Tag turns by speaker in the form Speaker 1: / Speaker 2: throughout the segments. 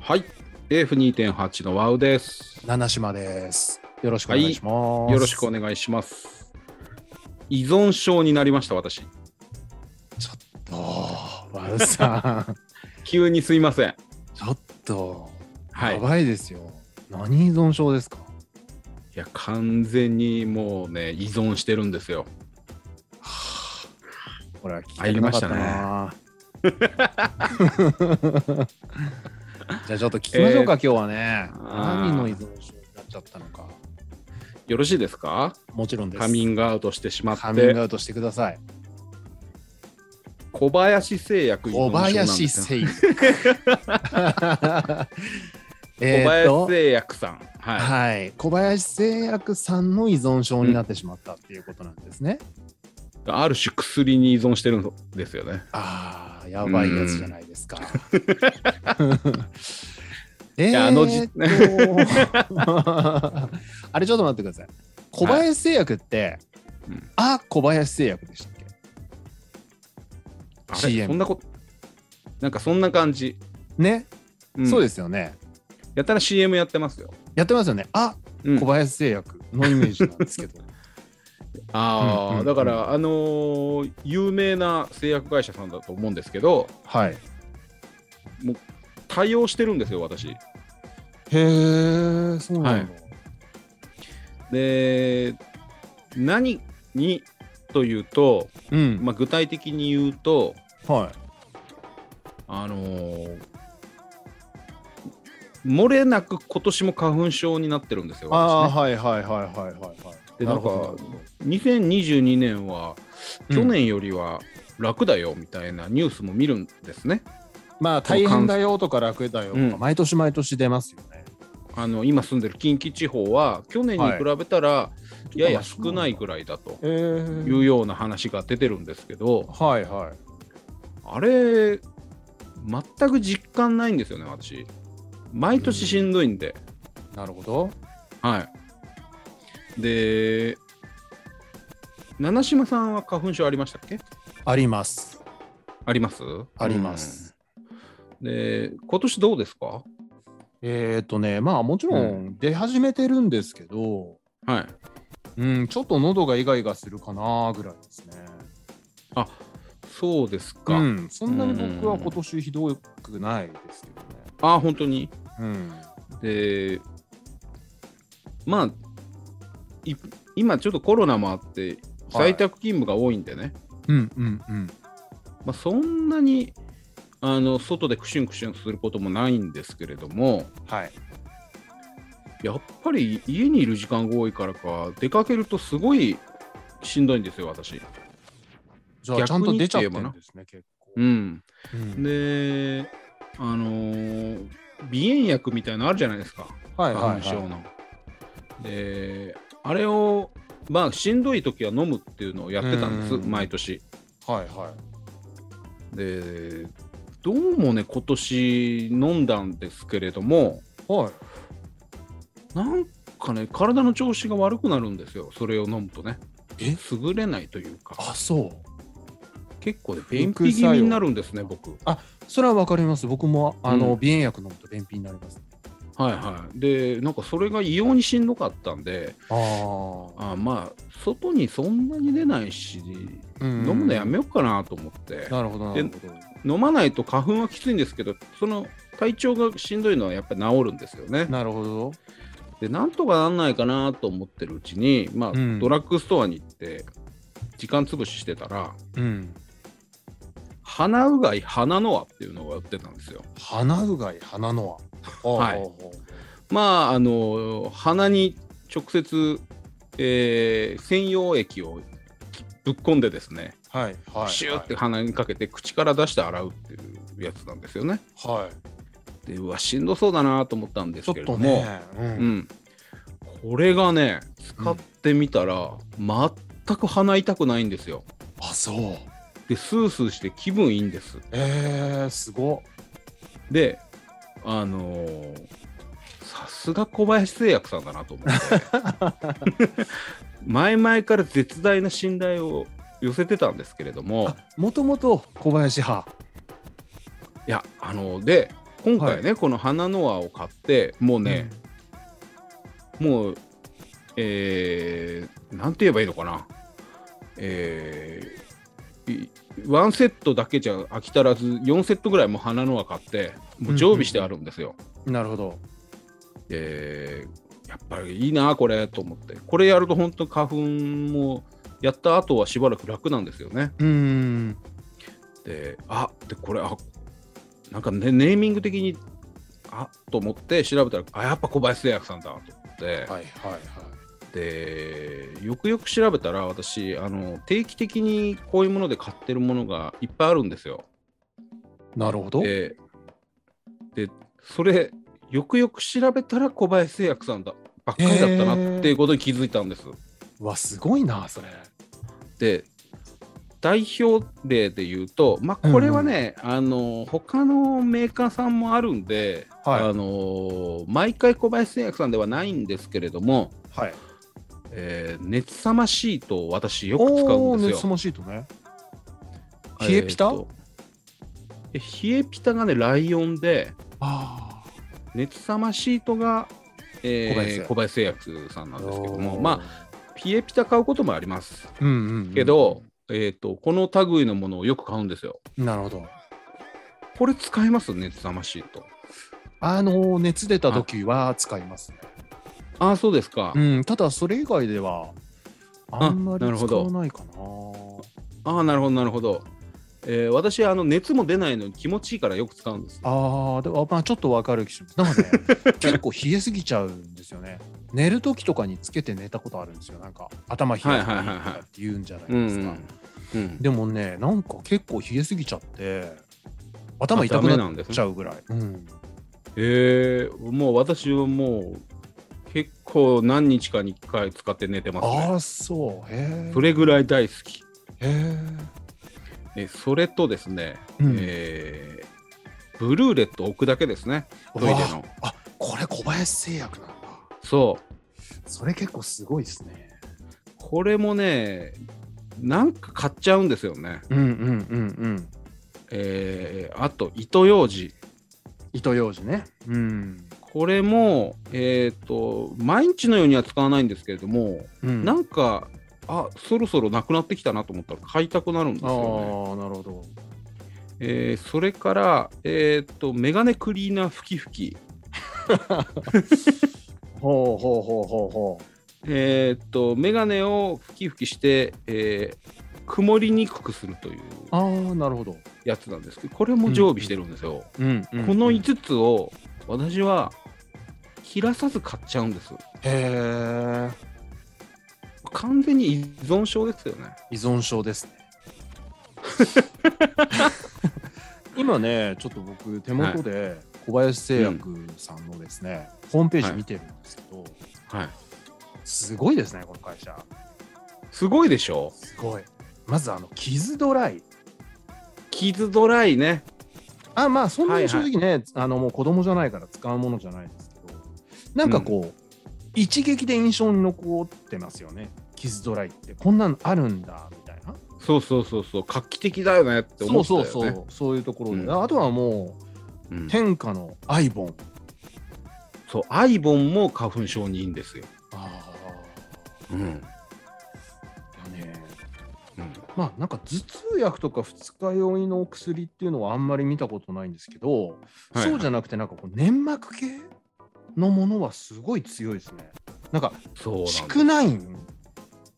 Speaker 1: はい。AF2.8 のワウです。
Speaker 2: 七島です。よろしくお願いします。
Speaker 1: よろしくお願いします。依存症になりました、私。
Speaker 2: おーワウさん、
Speaker 1: 急にすいません。
Speaker 2: ちょっと、
Speaker 1: はい。
Speaker 2: や
Speaker 1: い
Speaker 2: ばいですよ。何依存症ですか
Speaker 1: や、完全にもうね、依存してるんですよ。
Speaker 2: これは聞きたくなかったな。 じゃあちょっと聞きましょうか、今日はね。
Speaker 1: あー
Speaker 2: 何の依存症になっちゃったのか。
Speaker 1: よろしいですか
Speaker 2: もちろんです。
Speaker 1: カミングアウトしてしま
Speaker 2: カ
Speaker 1: っ
Speaker 2: ミング
Speaker 1: て、
Speaker 2: アウトしてください。
Speaker 1: 小林製薬依存
Speaker 2: 小
Speaker 1: 症なん
Speaker 2: 林
Speaker 1: ですよ
Speaker 2: 誠
Speaker 1: 小
Speaker 2: えーっ
Speaker 1: 林
Speaker 2: と
Speaker 1: 製薬さん。は
Speaker 2: はい、小林製薬さんの依存症になってしまったっていうことなんですね。
Speaker 1: い。ある種薬に依存してるんですよね。
Speaker 2: ああ、やばいやつじゃな いですか。え
Speaker 1: や
Speaker 2: ー
Speaker 1: あ
Speaker 2: あ
Speaker 1: の
Speaker 2: の
Speaker 1: じ
Speaker 2: あれちょっと待ってください。小林製薬って、
Speaker 1: うん
Speaker 2: あ小林製薬でしたっけ
Speaker 1: あれ
Speaker 2: CM
Speaker 1: そんなこと、なんかそんな感じ。。
Speaker 2: ね、そうですすよね。
Speaker 1: やったら CM やってますよ。
Speaker 2: やってますよね。あ
Speaker 1: うん
Speaker 2: 小林製薬のイメージなんです けど。
Speaker 1: ああ、
Speaker 2: うんうんうん
Speaker 1: だから、あのー有名な製薬会社さんだと思うんですけど
Speaker 2: はい。
Speaker 1: 対応してるんですよ私
Speaker 2: へえ、そう
Speaker 1: な
Speaker 2: なんん
Speaker 1: だ
Speaker 2: だ。
Speaker 1: で何にというと、
Speaker 2: うん、
Speaker 1: まあ、具体的に言うと
Speaker 2: はい。
Speaker 1: あのー漏れなく今年も花粉症になってるんですよ、
Speaker 2: ああ、
Speaker 1: 私ね
Speaker 2: はいはいはいはいはいはい。
Speaker 1: で
Speaker 2: なるほど
Speaker 1: なんか2022年は
Speaker 2: うん
Speaker 1: 去年よりは楽だよみたいなニュースも見るんですね、
Speaker 2: まあ大変だよとか楽だよとか、
Speaker 1: うん
Speaker 2: 毎年毎年出ますよね。
Speaker 1: あの今住んでる近畿地方は去年に比べたら、やや少ないぐ
Speaker 2: ら
Speaker 1: らい
Speaker 2: い。
Speaker 1: だと
Speaker 2: えー
Speaker 1: いうような話が出てるんですけど、
Speaker 2: はいはい。
Speaker 1: あれ、全く実感ないんですよね、私。毎年しんどいんで。
Speaker 2: なるほど。
Speaker 1: はい。で、七島さんは花粉症ありましたっけ
Speaker 2: あります。
Speaker 1: あります
Speaker 2: あります。
Speaker 1: うん。で、今年どうですか
Speaker 2: えっ、とね、まあもちろん出始めてるんですけど、
Speaker 1: はい。
Speaker 2: うん、ちょっと喉がイガイガするかなぐらいですね。
Speaker 1: あそうですか。
Speaker 2: うん、そんなに僕は今年ひどくないですけどね。
Speaker 1: あ、本当に。
Speaker 2: うん。
Speaker 1: で、まあ、い今ちょっとコロナもあって、
Speaker 2: はい
Speaker 1: 在宅勤務が多いんでね。
Speaker 2: うんうんうん。
Speaker 1: まあ、そんなにあの外でクシュンクシュンすることもないんですけれども
Speaker 2: はい。
Speaker 1: やっぱり家にいる時間が多いからか出かけるとすごいしんどいんですよ私。
Speaker 2: じゃあちゃんと出ちゃってるんですね、結構。
Speaker 1: うん、
Speaker 2: うん
Speaker 1: であのー鼻炎薬みたいなのあるじゃないですか
Speaker 2: はいはい、
Speaker 1: 花
Speaker 2: は
Speaker 1: 粉
Speaker 2: い。
Speaker 1: 症の。であれをまあしんどい時は飲むっていうのをやってたんです
Speaker 2: うん
Speaker 1: 毎年。
Speaker 2: はいはい。
Speaker 1: でどうもね今年飲んだんですけれども
Speaker 2: はい。
Speaker 1: なんかね、体の調子が悪くなるんですよ、それを飲むとね。
Speaker 2: え
Speaker 1: 優れないというか、
Speaker 2: あ、そう。
Speaker 1: 結構ね、
Speaker 2: 副
Speaker 1: 便
Speaker 2: 作用
Speaker 1: 秘気味になるんですね、僕。は
Speaker 2: それはわかります。僕もあ
Speaker 1: う
Speaker 2: の、
Speaker 1: ん
Speaker 2: 鼻炎薬飲むと便秘になります。
Speaker 1: いはい。で、なんかそれが異様にしんどかったんで、
Speaker 2: ああ、
Speaker 1: あまあ、外にそんなに出ないし、
Speaker 2: うん
Speaker 1: 飲むのやめようかなと思って、
Speaker 2: なるほどな
Speaker 1: で
Speaker 2: るほど。
Speaker 1: 飲まないと花粉はきついんですけど、その体調がしんどいのはやっぱり治るんですよね。
Speaker 2: なるほど。
Speaker 1: で、なんとかなんないかなと思ってるうちに、まあ、
Speaker 2: うん
Speaker 1: ドラッグストアに行って、時間潰ししてたら、
Speaker 2: うん。
Speaker 1: 鼻うがい鼻の輪っていうのが売ってたんですよ。
Speaker 2: 鼻うがい鼻の輪。
Speaker 1: はい
Speaker 2: ほうほうほ
Speaker 1: まああの鼻に直接、えー専用液をきぶっ込んでですね、
Speaker 2: うはいはい。
Speaker 1: シューって鼻にかけて口から出して洗うっていうやつなんですよね。
Speaker 2: は
Speaker 1: でうわしんどそうだなと思ったんで
Speaker 2: い。ち
Speaker 1: す
Speaker 2: ょっ
Speaker 1: けれ
Speaker 2: と
Speaker 1: ども、
Speaker 2: ね。う。
Speaker 1: うんん、これがね使ってみたら、全く鼻痛くないんですよ。
Speaker 2: あ、そう。
Speaker 1: でスースーして気分いいんです。
Speaker 2: ええ、すごっ。
Speaker 1: であのーさすが小林製薬さんだなと思って 前々から絶大な信頼を寄せてたんですけれども
Speaker 2: あ、もともと小林派。
Speaker 1: いやあので今回ね、この花の輪を買ってもうね、もうえー、なんて言えばいいのかなえーいワンセットだけじゃ飽き足らず4セットぐらいもう花の輪買ってもう常備してあるんですよ、
Speaker 2: うん、なるほど。
Speaker 1: えーやっぱりいいなこれと思ってこれやると本当花粉もやった後はしばらく楽なんですよね
Speaker 2: うーん。
Speaker 1: であでこれあなんかねネーミング的にあと思って調べたらあやっぱ小林製薬さんだと思って、
Speaker 2: はいはいはい。
Speaker 1: でよくよく調べたら私あの定期的にこういうもので買ってるものがいっぱいあるんですよ
Speaker 2: なるほど。
Speaker 1: ででそれよくよく調べたら小林製薬さんだばっかりだったなっていうことに気づいたんです、
Speaker 2: わ、すごいな、それ。
Speaker 1: で代表例で言うと、まあ、これはね、あの他のメーカーさんもあるんで、
Speaker 2: はい
Speaker 1: あの毎回小林製薬さんではないんですけれども、
Speaker 2: はい。
Speaker 1: えー熱さまシートを私よく使
Speaker 2: お
Speaker 1: う
Speaker 2: お
Speaker 1: ん
Speaker 2: ー、
Speaker 1: で
Speaker 2: ね、
Speaker 1: す
Speaker 2: す
Speaker 1: よ。
Speaker 2: ましいとね。冷えピタ
Speaker 1: えーとえ冷えピタがねライオンで
Speaker 2: ああ。
Speaker 1: 熱さまシートが、えー
Speaker 2: 小林製
Speaker 1: 小林製薬さんなんですけども
Speaker 2: おー
Speaker 1: まあ、冷えピタ買うこともあります
Speaker 2: うんうん、うん。
Speaker 1: けど、、えー、とこの類のものをよく買うんですよ。
Speaker 2: なるほど。
Speaker 1: これ使います熱さまシート。
Speaker 2: あの、熱出た時は使いますね。
Speaker 1: ああ、そうですか。
Speaker 2: うん、ただそれ以外では、あんま
Speaker 1: あな
Speaker 2: り
Speaker 1: るほ
Speaker 2: 使
Speaker 1: ど
Speaker 2: わないかな。
Speaker 1: ああ、なるほど、なるほど。えー、私、あの熱も出ないのに気持ちいいからよく使うんです。
Speaker 2: ああ、でも、まあ、ちょっとわかる気します。なんかね、 結構冷えすぎちゃうんですよね。寝る時とかにつけて寝たことあるんですよ。なんか、頭冷えすぎ
Speaker 1: はいはいはいはい
Speaker 2: って言うんじゃないうですか。
Speaker 1: ん、うん。
Speaker 2: でもね、なんか結構冷えすぎちゃって、頭痛
Speaker 1: ダ
Speaker 2: く
Speaker 1: メ
Speaker 2: な
Speaker 1: なん
Speaker 2: っ
Speaker 1: ですね
Speaker 2: ちゃうぐらい。うん
Speaker 1: えー、もう私はもう結構何日かに1回使って寝てます
Speaker 2: あ
Speaker 1: ね。
Speaker 2: あ、そう。へえ。
Speaker 1: それぐらい大好き。
Speaker 2: へえ。
Speaker 1: えそれとですね、
Speaker 2: うん
Speaker 1: えーブルーレット置くだけですね、トイレ
Speaker 2: わ
Speaker 1: の。
Speaker 2: あ。あこれ小林製薬なんだ。
Speaker 1: そう。
Speaker 2: それ結構すごいですね。
Speaker 1: これもね、なんか買っちゃうんですよね。
Speaker 2: うんうんうんうん。
Speaker 1: えーあと、糸ようじ。
Speaker 2: 糸ようじね。うん。
Speaker 1: これも、えっ、と、毎日のようには使わないんですけれども、
Speaker 2: うん
Speaker 1: なんか、あそろそろなくなってきたなと思ったら買いたくなるんです
Speaker 2: ああ
Speaker 1: よね。
Speaker 2: なるほど。
Speaker 1: えーそれから、えっ、と、メガネクリーナー吹き吹き。
Speaker 2: ほうほうほうほうほ
Speaker 1: えっ、と、メガネを吹き吹きして、えー曇りにくくするという
Speaker 2: う。ああなるほど。
Speaker 1: やつなんですけど、これも常備してるんですよ。
Speaker 2: うん、うん
Speaker 1: この
Speaker 2: へ
Speaker 1: 5つを、私は、切らさず買っちゃうんです。
Speaker 2: え。
Speaker 1: 完全に依存症ですよね。
Speaker 2: 依存症ですね。 今ね、ちょっと僕、手元で小林製薬さんのですね、ホームページ見てるんですけど、
Speaker 1: はい。
Speaker 2: すごいですね、この会社。
Speaker 1: すごいでしょ
Speaker 2: すごい。まず、あの、傷ドライ。
Speaker 1: 傷ドライね。
Speaker 2: あ、まあ、そんな
Speaker 1: はいは
Speaker 2: に
Speaker 1: い
Speaker 2: 正直ね、あの、もう子供じゃないから使うものじゃないですけど、なんかこう、一撃で印象に残ってますよね。傷ドライって、こんなのあるんだ、みたいな。
Speaker 1: そうそうそうそう、画期的だよねって
Speaker 2: そ
Speaker 1: 思
Speaker 2: う
Speaker 1: ったよ
Speaker 2: そう
Speaker 1: ね。
Speaker 2: そう、そういうところで。
Speaker 1: うん
Speaker 2: あとはも
Speaker 1: う
Speaker 2: う、
Speaker 1: ん
Speaker 2: 天下のアイボン。
Speaker 1: そう、アイボンも花粉症にいいんですよ。
Speaker 2: あ
Speaker 1: うん。
Speaker 2: あ、ね。
Speaker 1: うん
Speaker 2: まあなんか頭痛薬とか二日酔いのお薬っていうのはあんまり見たことないんですけど、そうじ
Speaker 1: ゃ
Speaker 2: ゃなくてなんかこう粘膜系のものはすごい強いですね。なんか
Speaker 1: そうなんです
Speaker 2: チクナイン、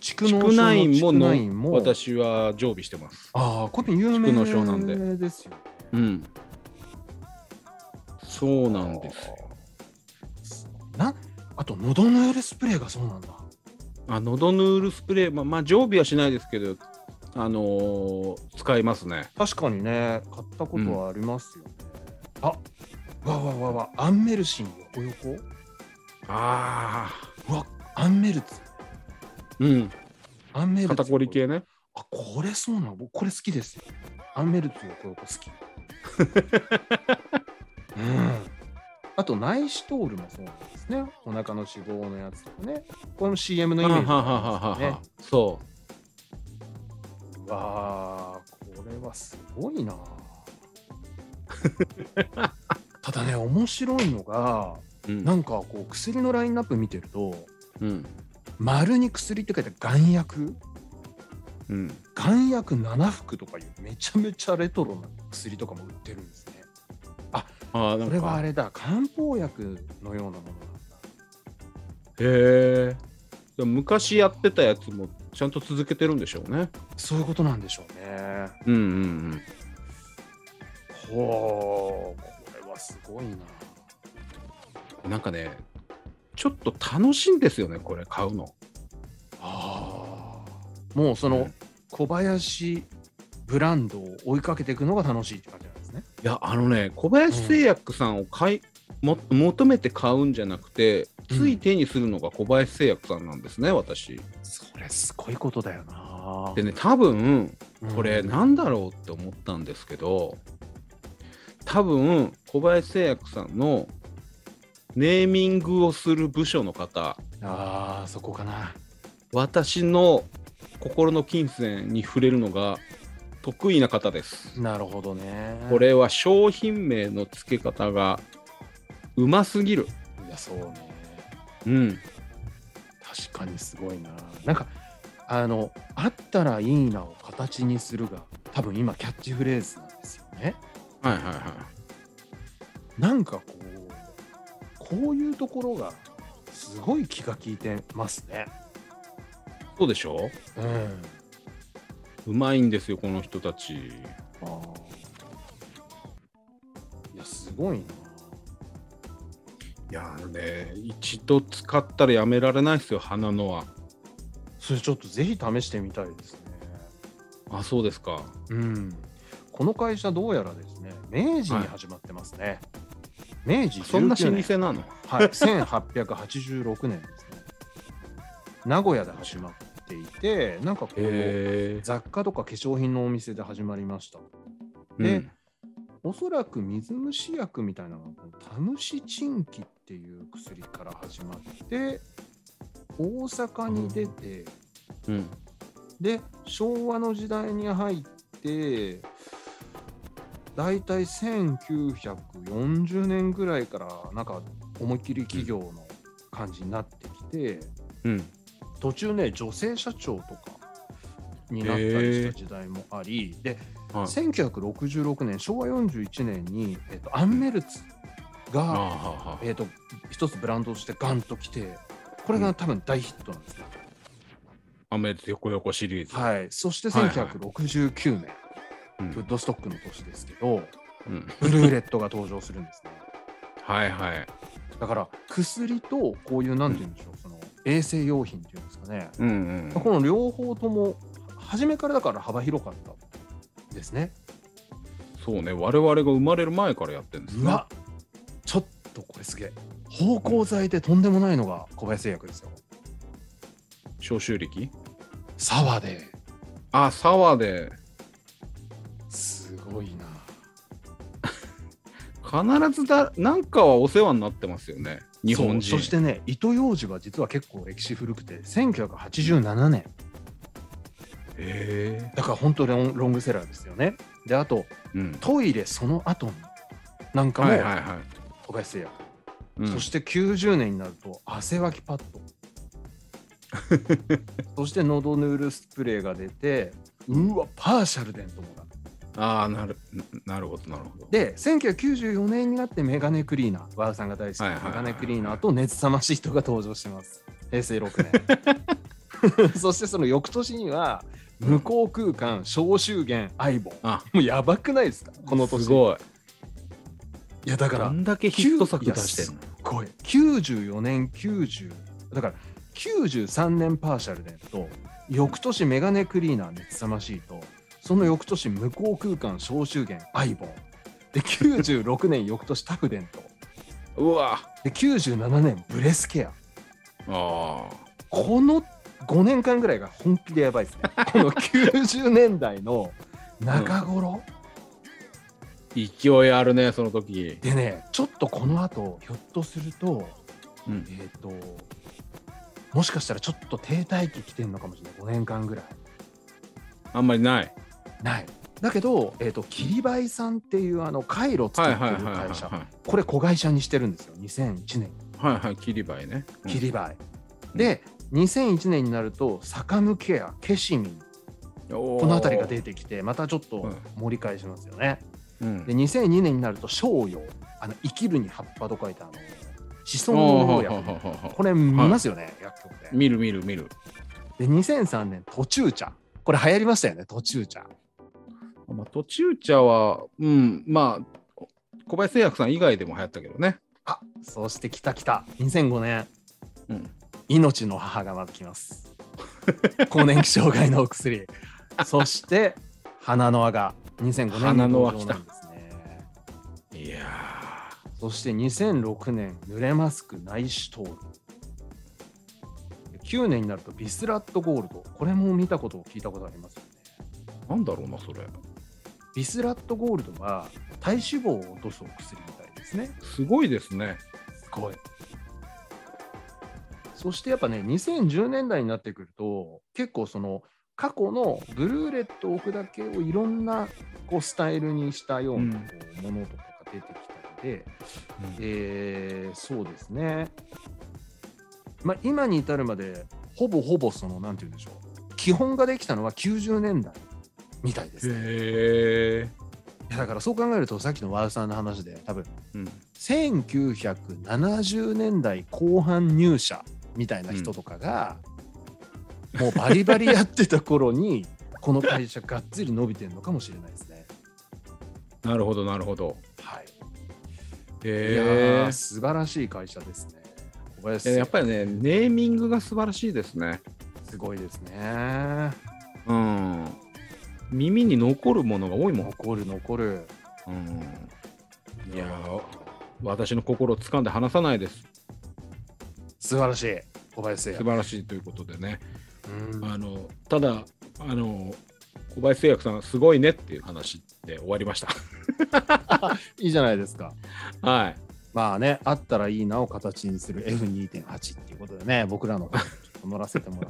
Speaker 2: チクノ
Speaker 1: チクナインもの
Speaker 2: ナインも
Speaker 1: 私は常備してます。
Speaker 2: ああこれ有
Speaker 1: チクノ症なんで
Speaker 2: 名ですよ。
Speaker 1: うん。そうなんですよ。
Speaker 2: なあと喉のよれスプレーがそうなんだ。
Speaker 1: あ、喉ヌールスプレー、まあ、まあ、常備はしないですけど、あのー使いますね。
Speaker 2: 確かにね買ったことはありますよね。あわわわわアンメルシン横横
Speaker 1: ああ。
Speaker 2: うわアンメルツ
Speaker 1: うん。
Speaker 2: アンメルツ
Speaker 1: 肩こり系ね。
Speaker 2: あこれそうなの僕これ好きですよアンメルツのこれ好 きうんあと内視トールもそうなんですねお腹の脂肪のやつとかねこれも CM のイメージ
Speaker 1: ははは
Speaker 2: な
Speaker 1: は
Speaker 2: んですよね
Speaker 1: は。そう。
Speaker 2: うわーこれはすごいなただね面白いのが
Speaker 1: うん
Speaker 2: なんかこう薬のラインナップ見てると
Speaker 1: うん
Speaker 2: 丸に薬って書いて眼薬
Speaker 1: うん
Speaker 2: 眼薬7服とかいうめちゃめちゃレトロな薬とかも売ってるんですね。
Speaker 1: ああな
Speaker 2: こ
Speaker 1: ん
Speaker 2: れはあ
Speaker 1: か
Speaker 2: れだ漢方薬のようなものなんだ。
Speaker 1: へえ昔やってたやつもちゃんと続けてるんでしょうね
Speaker 2: そういうことなんでしょうね。
Speaker 1: うんうん
Speaker 2: ほうこれはすごいな。
Speaker 1: うんなんかねちょっと楽しいんですよねこれ買うの
Speaker 2: ああもうその、
Speaker 1: うん
Speaker 2: 小林ブランドを追いかけていくのが楽しいって感じなんですね。
Speaker 1: いやあのね小林製薬さんを買い、も求めて買うんじゃなくて
Speaker 2: うん
Speaker 1: つい手にするのが小林製薬さんなんですね、私
Speaker 2: それすごいことだよな
Speaker 1: でね多分これ
Speaker 2: うん
Speaker 1: なんだろうって思ったんですけど多分小林製薬さんのネーミングをする部署の方
Speaker 2: ああそこかな。
Speaker 1: 私の心の金銭に触れるのが得意な方です
Speaker 2: なるほどね。
Speaker 1: これは商品名の付け方がうますぎる
Speaker 2: いやそうね。
Speaker 1: うん
Speaker 2: 確かにすごいな。なんかあの「あったらいいな」を形にするが多分今キャッチフレーズなんですよね。
Speaker 1: はいはいはい
Speaker 2: なんかこうこういうところがすごい気が利いてますね。
Speaker 1: そうでしょ
Speaker 2: うん、
Speaker 1: うまいんですよこの人たち
Speaker 2: あーいやすごいな。
Speaker 1: いやあのね一度使ったらやめられないですよ花のは
Speaker 2: それちょっとぜひ試してみたいですね。
Speaker 1: あそうですか
Speaker 2: うん、この会社どうやらですね明治に始まってますね。明治19年
Speaker 1: そんな老舗なの
Speaker 2: はい、1886年ですね。名古屋で始まっていて、なんかこう、
Speaker 1: へ
Speaker 2: 雑貨とか化粧品のお店で始まりました。
Speaker 1: え
Speaker 2: でおそらく水虫薬みたいなのが、タムシチンキっていう薬から始まって、大阪に出て、
Speaker 1: うんうん
Speaker 2: で、昭和の時代に入って、だいたい1940年ぐらいから、なんか思いっきり企業の感じになってきて、
Speaker 1: うん
Speaker 2: 途中ね女性社長とかになったりした時代もあり、で
Speaker 1: はい
Speaker 2: 1966年昭和41年に、えっとアンメルツ
Speaker 1: あ
Speaker 2: が、
Speaker 1: ああ
Speaker 2: えっと一つブランドとしてガンと来てこれ
Speaker 1: う
Speaker 2: が
Speaker 1: ん
Speaker 2: 多分大ヒットなんですね、
Speaker 1: あアメリカ横横シリーズ
Speaker 2: はいそして
Speaker 1: はいはい
Speaker 2: 1969
Speaker 1: う
Speaker 2: 年、
Speaker 1: ん
Speaker 2: ウッドストックの年ですけど
Speaker 1: うん
Speaker 2: ブルーレットが登場するんですね
Speaker 1: はいはい
Speaker 2: だから薬とこういうなんて言うんでしょう、その衛生用品っていうんですかね、
Speaker 1: うんうん
Speaker 2: この両方とも初めからだから幅広かったですね。
Speaker 1: そうね我々が生まれる前からやってるんですね
Speaker 2: うわちょっとこれすげえ芳香剤でとんでもないのが小林製薬ですよ。
Speaker 1: 消臭力
Speaker 2: サワーで
Speaker 1: あサワーです
Speaker 2: ごいな。
Speaker 1: 必ずだなんかはお世話になってますよね日本
Speaker 2: そ
Speaker 1: 人
Speaker 2: うそしてね糸ようじは実は結構歴史古くて1987年
Speaker 1: へえ
Speaker 2: だから本当ロンロングセラーですよね。であと
Speaker 1: うん
Speaker 2: トイレその後になんかも
Speaker 1: はいはいはい
Speaker 2: 小林製薬、
Speaker 1: うん
Speaker 2: そして90年になると汗わきパッ ドそして喉ヌールスプレーが出てうわパーシャルデンともなる
Speaker 1: ああなるなるほどなるほど
Speaker 2: で1994年になってメガネクリーナーワウさんが大好きなメガネクリーナーと熱さましい人が登場してます平成6 年そしてその翌年には無効空間消臭源相棒
Speaker 1: あ
Speaker 2: もうやばくないですかこの年
Speaker 1: すごい
Speaker 2: いやだから
Speaker 1: どんだけヒット作出してんの
Speaker 2: これ94年90だから93年パーシャルデンと翌年メガネクリーナー熱さましいとその翌年無効空間消臭源アイボンで96年翌年タフデンと
Speaker 1: うわ
Speaker 2: で97年ブレスケア
Speaker 1: あ
Speaker 2: この5年間ぐらいが本気でやばいですね この90年代の中頃、
Speaker 1: ー勢いあるねその時
Speaker 2: でねちょっとこの後ひょっとすると
Speaker 1: うん
Speaker 2: えっ、と、もしかしたらちょっと停滞期来てんのかもしれない。5年間ぐらい。
Speaker 1: あんまりない
Speaker 2: ない。だけど、えー、とキリバイさんっていうあの回路作
Speaker 1: はい
Speaker 2: って
Speaker 1: はい
Speaker 2: る
Speaker 1: はいはい
Speaker 2: 会社
Speaker 1: は
Speaker 2: これ子会社にしてるんですよ2001年
Speaker 1: いはいはい切り映えねうん
Speaker 2: キリバイ
Speaker 1: うん
Speaker 2: で2001年になるとサカムケアケシミン
Speaker 1: おー
Speaker 2: この辺りが出てきてまたちょっ
Speaker 1: う
Speaker 2: と
Speaker 1: ん
Speaker 2: 盛り返しますよね
Speaker 1: うん
Speaker 2: で2002年になると商用あの生きるに葉っぱと書いたあの子孫の農
Speaker 1: あーは
Speaker 2: 薬
Speaker 1: はははは
Speaker 2: これ見ますよね、薬局で
Speaker 1: 見る見る見る
Speaker 2: で2003年途中茶これ流行りましたよね途中茶
Speaker 1: まあ、途中茶は、うん、まあ、小林製薬さん以外でも流行ったけどね。
Speaker 2: あそしてきたきた2005年
Speaker 1: うん、
Speaker 2: 命の母がまず 来ます。更年期障害のお薬。そして、花の輪が2005年
Speaker 1: 花
Speaker 2: に
Speaker 1: の輪
Speaker 2: 登場なんですね。
Speaker 1: いや
Speaker 2: そして2006年、濡れマスク内視通る。9年になるとビスラットゴールド。これも見たことを聞いたことありますよね。
Speaker 1: ー、なんだろうな、それ。
Speaker 2: ビスラットゴールドは体脂肪を落とすお薬みたいですね。
Speaker 1: すごいですね。
Speaker 2: すごい。そしてやっぱね、2010年代になってくると、結構その過去のブルーレットを置くだけをいろんなこうスタイルにしたようなこうものとかが出てきたので、えーそうですね。まあ、今に至るまで、ほぼほぼその、なんて言うんでしょう、基本ができたのは90年代みたいです、ね。
Speaker 1: へえ。
Speaker 2: いやだからそう考えると、さっきの和田さんの話で、多分
Speaker 1: うん
Speaker 2: 1970年代後半入社みたいな人とかが、もうバリバリやってた頃にこの会社がっつり伸びてるのかもしれないですね。
Speaker 1: なるほど、なるほど。
Speaker 2: はい、いや
Speaker 1: へ
Speaker 2: ー素晴らしい会社ですね。小林
Speaker 1: え。
Speaker 2: さん
Speaker 1: やっぱりね、ネーミングが素晴らしいですね。
Speaker 2: すごいですね。
Speaker 1: うん。耳に残るものが多いもん。
Speaker 2: 残る残る。
Speaker 1: うん、いやー私の心を掴んで離さないです。
Speaker 2: 素晴らしい小林製
Speaker 1: 素
Speaker 2: 薬。
Speaker 1: 晴らしいということでね。
Speaker 2: うん
Speaker 1: あのただあの小林製薬さんすごいねっていう話で終わりました。
Speaker 2: いいじゃないですか。
Speaker 1: はい。
Speaker 2: まあねあったらいいなを形にする F2.8 っていうことでね僕らの方にちょっと乗らせても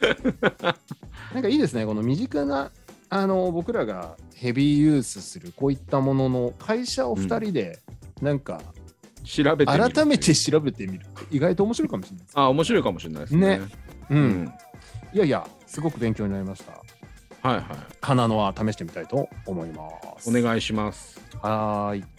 Speaker 2: らって なんかいいですねこの身近なあの僕らがヘビーユースするこういったものの会社を2人でなんか
Speaker 1: 調べてみる
Speaker 2: 改めて調べてみるって意外と面白いかもしれないです、
Speaker 1: あ面白いかもしれないですね。
Speaker 2: ね
Speaker 1: う
Speaker 2: うん
Speaker 1: ん。
Speaker 2: いやいやすごく勉強になりました
Speaker 1: はいはい。
Speaker 2: 花のは試してみたいと思います
Speaker 1: お願いします。
Speaker 2: はーい